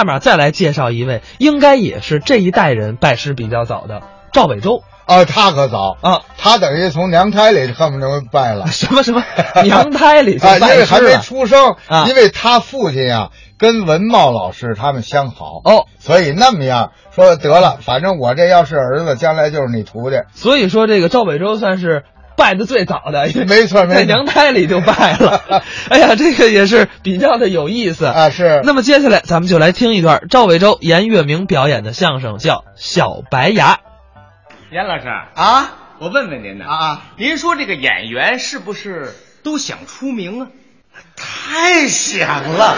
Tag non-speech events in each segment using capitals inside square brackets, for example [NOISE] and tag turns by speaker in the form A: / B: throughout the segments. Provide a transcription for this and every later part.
A: 下面再来介绍一位，应该也是这一代人拜师比较早的赵北洲
B: 啊，他可早
A: 啊，。
B: 他等于从娘胎里恨不得拜了
A: [LAUGHS] 什么什么娘胎里就
B: 啊，因
A: 拜
B: 为还
A: 师
B: 没
A: 了。
B: 出生，
A: 啊
B: 因为他父亲啊跟文茂老师他们相好，
A: 哦，
B: 所以那么样说得了，反正我这要是儿子，将来就是你徒弟。
A: 所以说这个赵北洲算是拜的最早的，因为
B: 没错，
A: 在
B: 没
A: 娘
B: 错
A: 胎里就拜了。哎呀，这个也是比较的有意思。
B: 啊，是
A: 那么接下来咱们就来听一段赵北洲、严月明表演的相声，叫《小白牙》。
C: 严老师，
D: 啊
C: 我问问您呢，
D: 啊！
C: 您说这个演员是不是都想出名啊？
D: 太响了，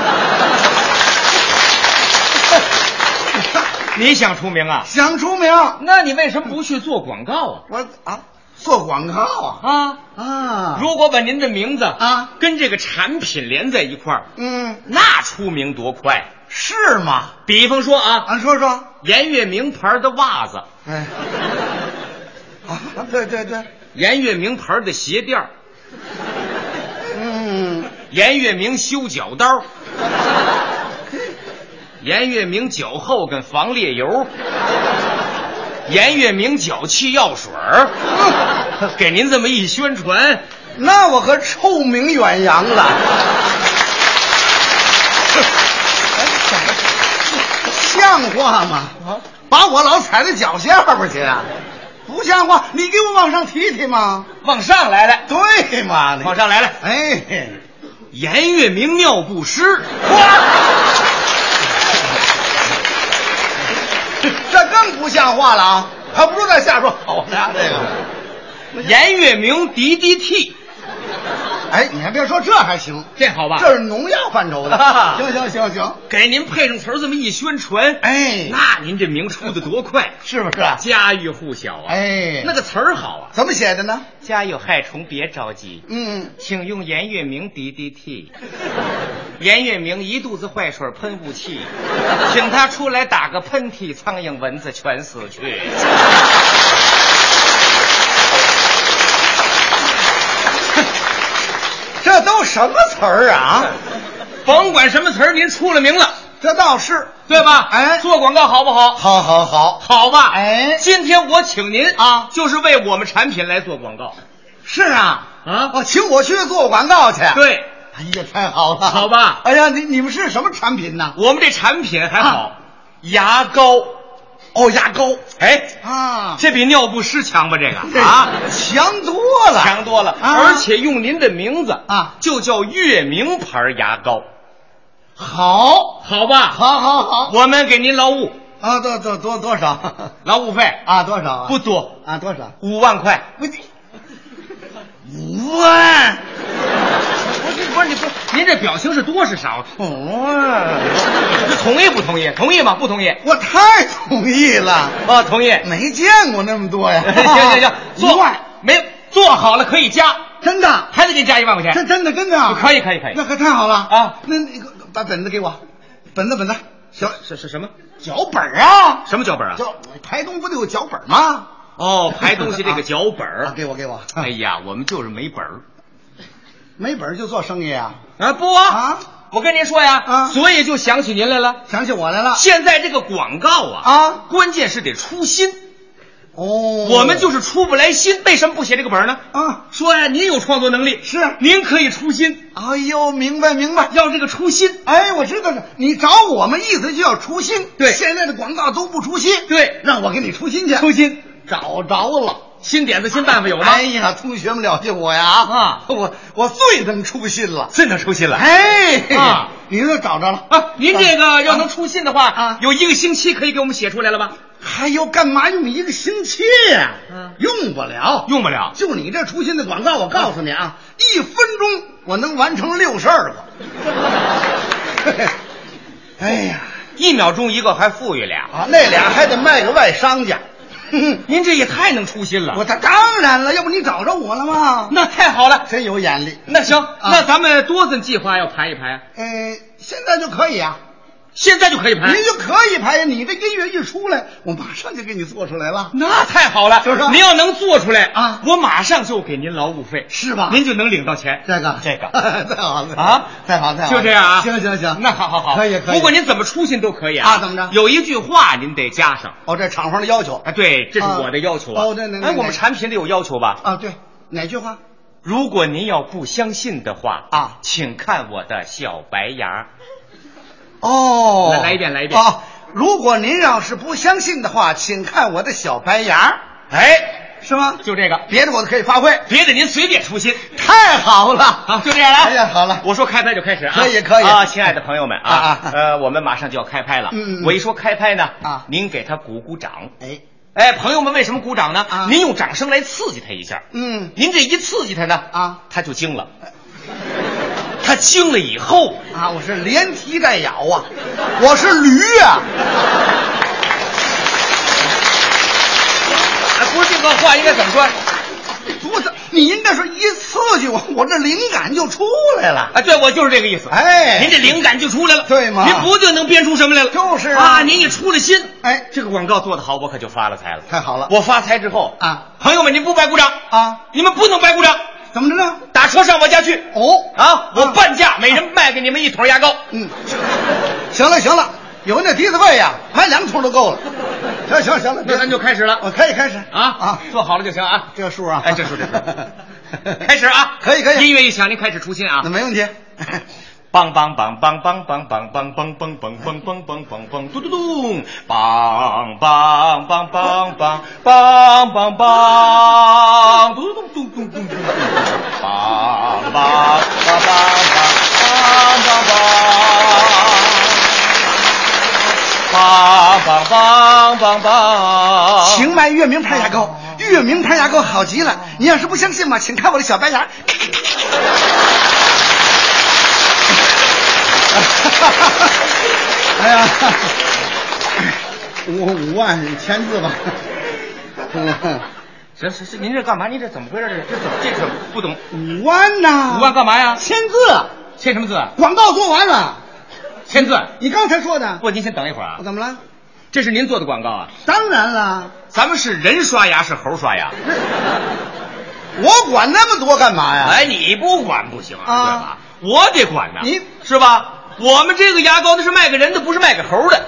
C: 你想出名啊？
D: 想出名，
C: 那你为什么不去做广告
D: 我啊做广告啊
C: 啊？
D: 啊
C: 啊，如果把您的名字
D: 啊
C: 跟这个产品连在一块儿，
D: 嗯
C: 那出名多快！
D: 是吗？
C: 比方说啊，
D: 啊，说说，
C: 严月明牌的袜子，
D: 哎，啊对对对，
C: 严月明牌的鞋垫儿，
D: 嗯，
C: 严月明修脚
D: [LAUGHS]
C: 刀，严月明脚后跟防裂油，严月明脚气药水儿，给您这么一宣传，
D: 那我可臭名远扬 [LAUGHS] 了。哎像话
C: 啊
D: 吗？把我老踩在脚下边去啊！不像话！你给我往上提提嘛！
C: 往上来来，
D: 对嘛？你
C: 往上来来，
D: 哎，
C: 严月明尿不湿，
D: 这更不像话了啊！还不如在下边吼呢，这个。
C: 严月明 DDT，
D: 哎，你还别说，这还行，
C: 这好吧？
D: 这是农药范畴的。
C: 啊
D: 行行行行，
C: 给您配上词儿这么一宣传，
D: 哎
C: 那您这名出的多快，
D: 是不是啊？
C: 家喻户晓啊！
D: 哎，
C: 那个词儿好啊，
D: 怎么写的呢？
C: 家有害虫别着急，
D: 嗯，
C: 请用严月明 DDT。严月明一肚子坏水喷雾器，请他出来打个喷嚏，苍蝇蚊子全死去。
D: 这都什么词儿啊？
C: 甭管什么词儿，您出了名了，
D: 这倒是，
C: 对吧？
D: 哎
C: 做广告好不 [LAUGHS] 好？
D: 好好好，
C: 好吧，
D: 哎
C: 今天我请您
D: 啊
C: 就是为我们产品来做广告
D: 是啊，
C: 啊
D: 哦，请我去做广告去。，
C: 对，
D: 哎呀，太好了，
C: 好吧
D: 哎呀，你你们是什么产品呢？
C: 我们这产品还好，
D: 啊
C: 牙膏，哦，牙膏，哎，
D: 啊，
C: 这比尿不湿强吧？这
D: 这
C: 个
D: [LAUGHS]
C: 啊，
D: 强多了，
C: 强多了，
D: 啊
C: 而且用您的名字
D: 啊
C: 就叫月明牌牙膏，
D: 好，
C: 好吧？，
D: 好，好，好
C: 我们给您劳务，
D: 啊，多多多多少 [LAUGHS]
C: 劳务费
D: 啊？多少啊？
C: 不多，
D: 啊，多少？
C: 五万块。
D: 不，五万，
C: 不是不是，你不是，您这表情是多是少？
D: 五万，
C: 你同意不同意？同意吗？不同意？
D: 哦我太同意了，
C: 啊，同意。
D: 没见过那么多呀。
C: [LAUGHS] 行行行，
D: [LAUGHS] 一
C: 做
D: 万，
C: 没有做好了可以加，
D: 真的，
C: 还得给加一万块
D: 这
C: 钱。
D: 真的真的啊，
C: 哎可以可以可以
D: 那可太好了
C: 啊！
D: 那那个把本子给我，本子本子，小
C: 是是什么？
D: 脚本啊，
C: 什么脚本啊？
D: 脚台东不得有脚本吗？
C: 哦，排东西这个脚本
D: 啊
C: 儿。
D: 给我给我，
C: 哎呀，我们就是没本儿
D: 没本儿就做生意啊？
C: 啊！不啊，
D: 啊
C: 我跟您说呀，
D: 啊
C: 所以就想起您来了。
D: 想起我来了
C: 现在这个广告啊，
D: 啊！
C: 关键是得出新，
D: 哦，
C: 我们就是出不来新。为什么不写这个本儿呢？
D: 啊，
C: 说呀，您有创作能力，
D: 是
C: 您可以出新，
D: 哎呦，明白明白。
C: 要这个出新。
D: 哎，我知道了，你找我们意思就要出新。
C: 对
D: 现在的广告都不出新。
C: 对
D: 让我给你出新去。
C: 出新，
D: 找着了。
C: 新点子、新办法有吗
D: 哎？呀，同学们了解我呀！啊，我我最能出新了。
C: 真的出新了。
D: 哎
C: 啊，
D: 你这找着了
C: 啊，您这个要能出信的话，
D: 啊
C: 有一个星期可以给我们写出来了吧？
D: 还要干嘛用一个星期呀、
C: 嗯
D: 用不了，
C: 用不嗯了，
D: 就你这出新的广告，我告诉你啊，一分钟我能完成六十二
C: [LAUGHS]
D: 个。哎呀，
C: 一秒钟一个，还富裕俩。
D: 啊，那俩还得卖给外商
C: [LAUGHS]
D: 去。
C: 您这也太能出新了，
D: 我这当然了，要不你找着我了吗？
C: 那太好了。
D: 真有眼力。
C: 那行，那咱们多森计划要排一排啊。
D: 呃，现在就可以啊。
C: 现在就可以拍
D: 您。就可以拍呀！你这音乐一出来，我马上就给你做出来了，
C: 那太好了，
D: 就是
C: 您要能做出来
D: 啊
C: 我马上就给您劳务费，
D: 是吧？
C: 您就能领到钱。
D: 这个 [LAUGHS]
C: 这个
D: 太好了
C: 啊
D: 太好太好，
C: 就这样啊
D: 行行行，
C: 那好好好，
D: 可以可以。
C: 不管您怎么出勤都可以
D: 啊怎么着
C: 有一句话您得加上。
D: 哦，这厂房的要求
C: 啊，对，这是
D: 啊
C: 我的要求
D: 哦对对对
C: 哎，我
D: 对
C: 们产品里有要求吧？
D: 啊，对，哪句话？
C: 如果您要不相信的话
D: 啊
C: 请看我的小白牙。
D: 哦，
C: 来来一遍来一遍
D: 啊！如果您要是不相信的话，请看我的小白牙，
C: 哎，
D: 是吗？
C: 就这个，
D: 别的我都可以发挥，
C: 别的您随便出心。
D: 太好了！
C: 好，就这样了。啊
D: 哎呀，好了，
C: 我说开拍就开始啊！
D: 可以可以
C: 啊，亲爱的朋友们啊，
D: 啊啊
C: 呃，我们马上就要开拍了。
D: 嗯嗯
C: 我一说开拍呢，
D: 啊
C: 您给他鼓鼓掌。
D: 哎，
C: 哎，朋友们，为什么鼓掌呢？
D: 啊
C: 您用掌声来刺激他一下。
D: 嗯
C: 您这一刺激他呢，
D: 啊，
C: 他就惊了。他惊了以后，
D: 啊，我是连踢带咬啊，我是驴啊！
C: 哎不是这个话应该怎么说？
D: 不是，你应该说一刺激我，我这灵感就出来了。
C: 啊，对，我就是这个意思。
D: 哎，
C: 您这灵感就出来了，
D: 对嘛
C: 您不就能编出什么来了？
D: 就是啊
C: 啊，您一出了心，
D: 哎
C: 这个广告做得好，我可就发了财了。
D: 太好了
C: 我发财之后
D: 啊，
C: 朋友们，您不白鼓掌
D: 啊，
C: 你们不能白鼓掌，
D: 怎么着呢？
C: 打车上我家去
D: 哦
C: 啊，我半价每人卖给你们一桶牙膏。
D: 嗯，行了行了，有那笛子费呀，买两桶都够了。行行行了，
C: 那咱就开始
D: 我
C: 了
D: 可以开始
C: 啊
D: 啊！
C: 做好了就行啊。
D: 这数啊，
C: 哎，这数
D: [LAUGHS]
C: 这数，开始啊，
D: 可以可以
C: 音乐一响，您开始出心啊
D: 那。没问题。
C: 梆梆梆梆梆梆梆梆梆梆梆梆梆梆梆梆嘟嘟咚，梆梆梆梆梆梆梆梆，嘟咚咚咚咚咚，梆梆梆梆梆梆梆梆梆梆梆，
D: 行卖月明牌牙
C: 哦
D: 膏，月明牌牙膏好极了。你要是不相信嘛，请看我的小
C: [LAUGHS]
D: 白牙。哎呀，五五万签字吧。
C: 行行行，您这干嘛？您这怎么回事？这这怎么这怎么不懂？
D: 五万呐，
C: 五万干嘛呀？
D: 签字，
C: 签什么字？
D: 广告做完了。
C: 签字？
D: 你刚才说的，
C: 不，您先等一会儿啊
D: 我。怎么了？
C: 这是您做的广告啊？
D: 当然了， [LAUGHS]
C: 咱们是人刷牙是猴刷牙？
D: 我管那么多干嘛呀？
C: 哎，你不管不行
D: 啊
C: 对吧？我得管呐，
D: 你
C: 是吧？我们这个牙膏那是卖给人的，不是卖给猴的。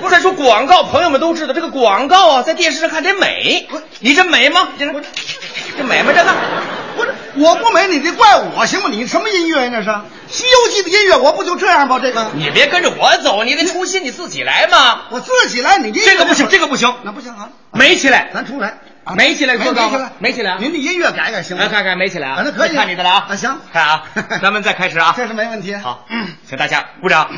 C: 不是说广告，朋友们都知道这个广告啊，在电视上看得美
D: 不是。
C: 你这美吗？这
D: 我
C: 这美吗？这个
D: 不是，我不美，你得怪我行吗？你什么音乐呀？那是《西游记》的音乐，我不就这样吗？这个
C: 你别跟着我走，你得出心你自己来嘛。
D: 我自己来，你这
C: 这个不行，这个不行，
D: 那不行啊，
C: 美起来。
D: 咱出来，啊
C: 美起来
D: 没
C: 说
D: 没
C: 告
D: 起
C: 诉
D: 来，
C: 美起来啊
D: 您的音乐改改行吗？
C: 来看看美起来啊
D: 啊，那可以，
C: 看你的了啊
D: 啊，行，
C: 看啊，咱们再开始
D: [LAUGHS]
C: 啊。
D: 这是没问题。
C: 好，请大家鼓掌。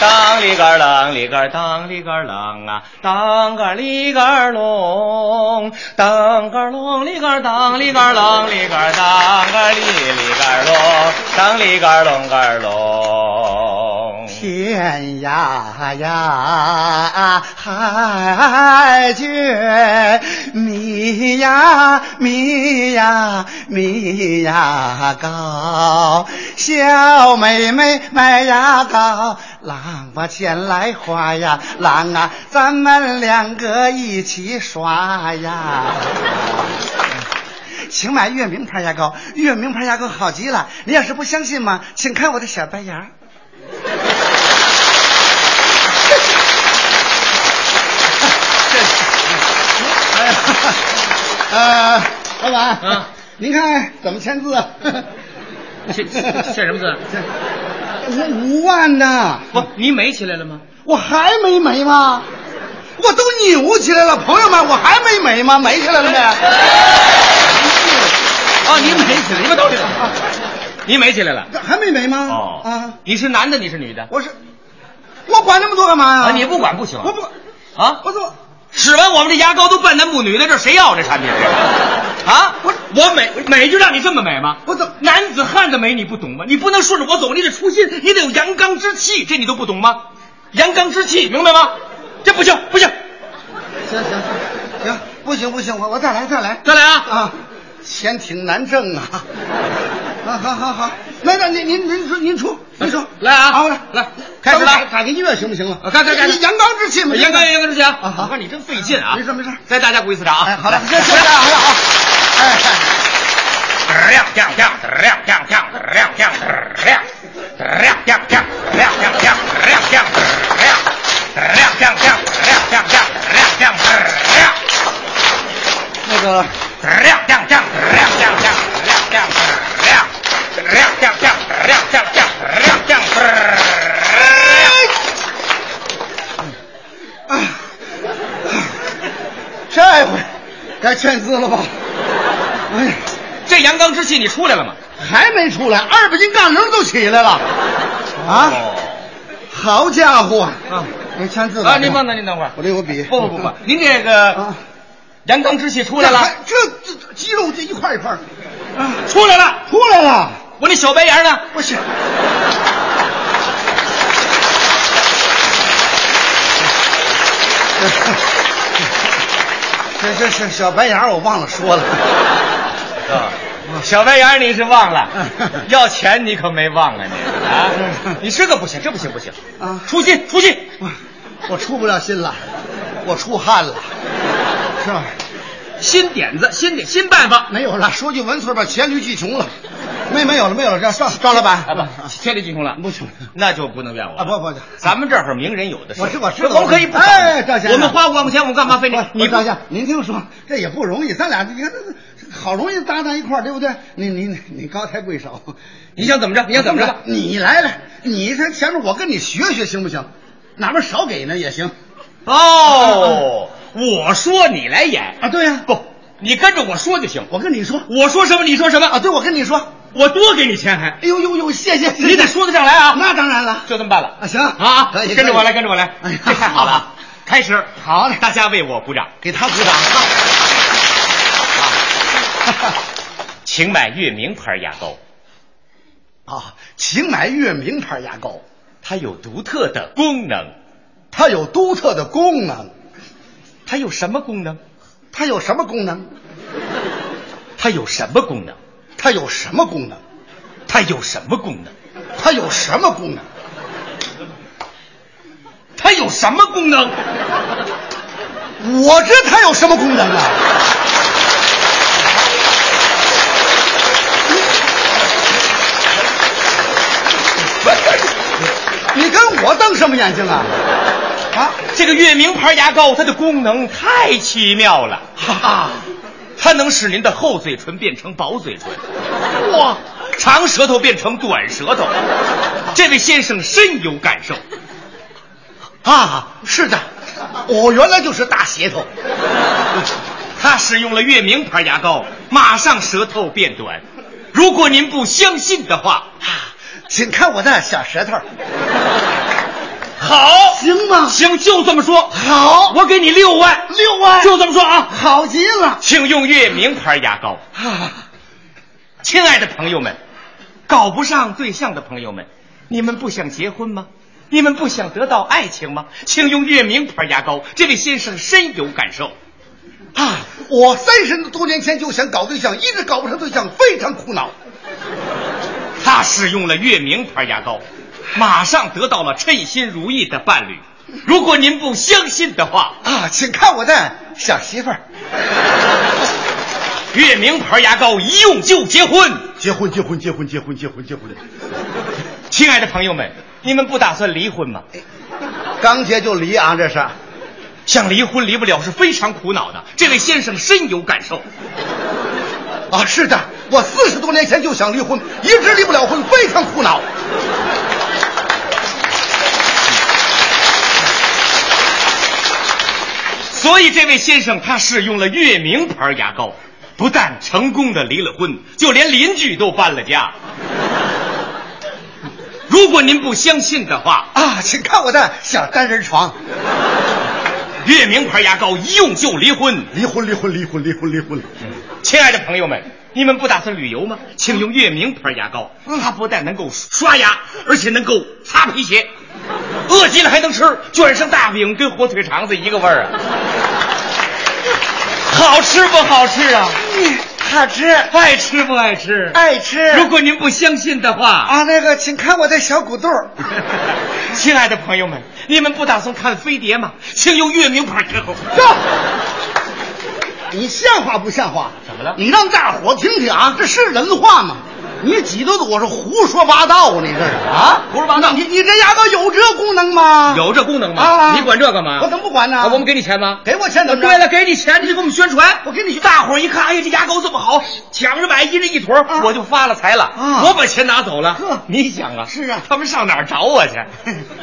C: 当里个儿啷里个儿当里个儿啷啊，当个儿里个儿隆，当个儿隆里个儿当里个儿啷里个儿当个儿里里个儿隆，当里个儿隆个儿隆。
D: 天涯呀，海角你呀，你呀，你呀高，小妹妹卖牙膏，郎吧前来花呀，郎啊，咱们两个一起刷呀。请买月明牌牙膏，月明牌牙膏好极了。你要是不相信嘛，请看我的小白牙。哎呀，呃，老板，
C: 啊
D: 您看怎么签字啊？
C: 签签什么字
D: 字？五五万呢？
C: 不，你美起来了吗？
D: 我还没没吗？我都扭起来了，朋友们，我还没没吗？没起来了没？
C: 啊，你美起来，你们都起来， [LAUGHS] 你美起来了。
D: 还没没吗？
C: 哦
D: 啊，，
C: 你是男的，你是女的？
D: 我是，我管那么多干嘛呀？
C: 啊，你不管不行。
D: 我不，
C: 啊，
D: 我怎么？
C: 使完我们这牙膏都半男不女的，这谁要这产品？啊，我我美美就让你这么美吗？
D: 我怎么
C: 男子汉的美你不懂吗？你不能顺着我走，你得出心，你得有阳刚之气，这你都不懂吗？阳刚之气，明白吗？这不行不行，
D: 行行行，不行不行，我我再来再来
C: 再来啊！
D: [LAUGHS] 啊！钱挺难挣啊！啊，好好好，来来，您您您说您出您说，
C: 来啊
D: 好来
C: 来开始了
D: 咱们改改个音乐行不行啊？
C: 啊开始开始
D: 你阳刚之气嘛，
C: 严哥，严哥，这样
D: 啊好
C: 我看你真费劲啊！
D: 没事没事
C: 再大家鼓一次掌啊！
D: 哎，好
C: [LAUGHS]
D: 了，
C: 来
D: 这这这好了啊，哎，
C: 嘚亮亮亮嘚亮亮亮嘚亮亮嘚亮嘚亮亮亮嘚亮亮亮嘚亮亮嘚亮嘚亮亮亮嘚亮亮亮嘚亮亮嘚亮。
D: 那个
C: 亮亮亮亮亮亮亮亮亮亮亮亮亮亮亮亮亮。
D: 哎这回该劝资了吧？哎呀，
C: 这阳刚之气你出来了吗？
D: 还没出来，二百斤杠铃都起来了啊！好家伙！
C: 哦啊
D: 您签字吧
C: 啊！您慢等，您等会儿。
D: 我这有笔。嗯
C: 不不不不，您这个
D: 啊，
C: 阳刚之气出来了，
D: 这还这这肌肉这一块一块的，啊，
C: 出来了。
D: 出来了！
C: 我那小白牙呢？
D: 不是， [LAUGHS] 这这是小白牙，我忘了说了。
C: 啊，小白牙你是忘了
D: 嗯，
C: 要钱你可没忘啊你啊
D: 嗯！
C: 你这个不行，这不行不行
D: 啊
C: 出金出金，
D: 我我出不了心了，我出汗了，是吧？
C: 新点子新点新办法。
D: 没有了，说句文词儿吧，黔驴技穷了，没没有了，没有了，这赵赵老板
C: 啊不，千里进空了，
D: 不穷了
C: 那就不能怨我了
D: 啊不不不
C: 咱们这儿名人有的是，
D: 我知我知道
C: 我们可以不找
D: 哎赵先生
C: 我们花五万块钱，我们干嘛非得
D: 不
C: 你
D: 不赵夏，您听说这也不容易，咱俩你看这这好容易搭档一块儿，对不对？你你你高抬贵手，
C: 你想怎么着？你想怎么着？
D: 你来了，你这前面我跟你学学行不行？哪怕少给呢也行
C: 哦，我说你来演
D: 啊。对呀、
C: 不，你跟着我说就行。
D: 我跟你说
C: 我说什么你说什么
D: 啊，对我跟你说，
C: 我多给你钱还，
D: 哎呦呦呦，谢谢，
C: 你得说得上来啊。
D: 那当然了
C: 就这么办了
D: 啊，行
C: 啊！
D: 可以
C: 跟着我来，
D: 可以
C: 跟着我来
D: 哎呀，
C: 这太好了。开始，
D: 好嘞
C: 大家为我鼓掌。
D: 给他鼓掌。
C: 请买月明牌牙膏，
D: 啊，请买月明牌牙膏，
C: 它有独特的功能。
D: 它有独特的功能。
C: 它有什么功能？
D: 它有什么功能？
C: 它有什么功能？
D: 它有什么功能？
C: 它有什么功能？
D: 它有什么功能？
C: 它有什么功能？
D: 我知它有什么功能啊？你跟我瞪什么眼睛啊？啊，
C: 这个月明牌牙膏，它的功能太奇妙了，
D: 哈哈，
C: 它能使您的厚嘴唇变成薄嘴唇，
D: 哇，
C: 长舌头变成短舌头。这位先生深有感受。
D: 啊，是的，我原来就是大舌头。
C: 他使用了月明牌牙膏，马上舌头变短。如果您不相信的话，
D: 请看我的小舌头，
C: 好，
D: 行吗？
C: 行，就这么说。
D: 好
C: 我给你六万，
D: 六万
C: 就这么说啊。
D: 好极了
C: 请用月明牌牙膏。
D: 啊！
C: 亲爱的朋友们，搞不上对象的朋友们，你们不想结婚吗？你们不想得到爱情吗？请用月明牌牙膏。这位先生深有感受。
D: 啊，我三十多年前就想搞对象，一直搞不成对象，非常苦恼。
C: 他使用了月明牌牙膏，马上得到了称心如意的伴侣。如果您不相信的话，
D: 啊，请看我的小媳妇儿，
C: 月明牌牙膏一用就结婚。
D: 结婚，结婚，结婚，结婚，结婚，结婚。
C: 亲爱的朋友们，你们不打算离婚吗？
D: 刚结就离啊，这是。
C: 想离婚离不了是非常苦恼的。这位先生深有感受。
D: 啊，是的，我四十多年前就想离婚，一直离不了婚，非常苦恼。
C: 所以这位先生他使用了月明牌牙膏，不但成功的离了婚，就连邻居都搬了家。如果您不相信的话，
D: 啊，请看我的小单人床，
C: 月明牌牙膏一用就离婚。
D: 离婚，离婚，离婚，离婚，离婚。
C: 亲爱的朋友们，你们不打算旅游吗？请用月明牌牙膏，它不但能够刷牙，而且能够擦皮鞋。饿极了还能吃，卷上大饼跟火腿
D: [LAUGHS]
C: 肠子一个味儿啊！好吃不好吃啊？
D: 怕嗯吃，
C: 爱吃不爱吃？
D: 爱吃。
C: 如果您不相信的话，
D: [LAUGHS] 啊，那个，请看我的小
C: [LAUGHS]
D: 骨肚儿。
C: 亲爱的朋友们，你们不打算看飞碟吗？请用月明牌之后。
D: 到，你像话不像话？
C: 怎么了
D: 你让大伙儿听听啊，这是人话吗？你挤兑的我是胡说八道啊！你这是啊，
C: 胡说八道
D: 你你这丫头有这功能吗？
C: 有这功能吗？
D: 啊
C: 你管这干嘛？
D: 我怎么不管呢
C: 啊我们给你钱吗？
D: 给我钱怎么着
C: 对了，给你钱，你就给我们宣传。我给你大伙儿一看，哎呀，这牙膏这么好，抢着买，一人一坨儿，
D: 啊
C: 我就发了财了。
D: 啊
C: 我把钱拿走了
D: 呵。
C: 你想啊，
D: 是啊
C: 他们上哪儿找我
D: [LAUGHS]
C: 去？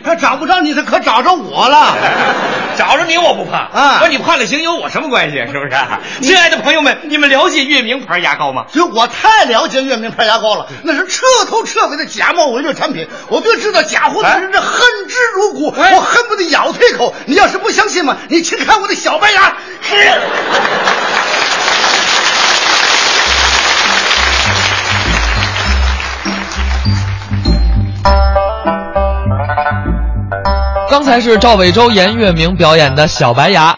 D: 他找不着你，他可找着我了。 [LAUGHS]
C: 找着你我不怕
D: 啊
C: 我说你怕了行有我什么关系？啊是不是？亲爱的朋友们，你们了解月明牌牙膏吗？
D: 就我太了解月明牌牙膏了，那是彻头彻尾的假冒伪劣产品，我对这道假货
C: 哎
D: 那是这恨之入骨，
C: 哎
D: 我恨不得咬他一口。你要是不相信嘛，你请看我的小白牙。
A: 刚才是赵伟洲、严月明表演的《小白牙》，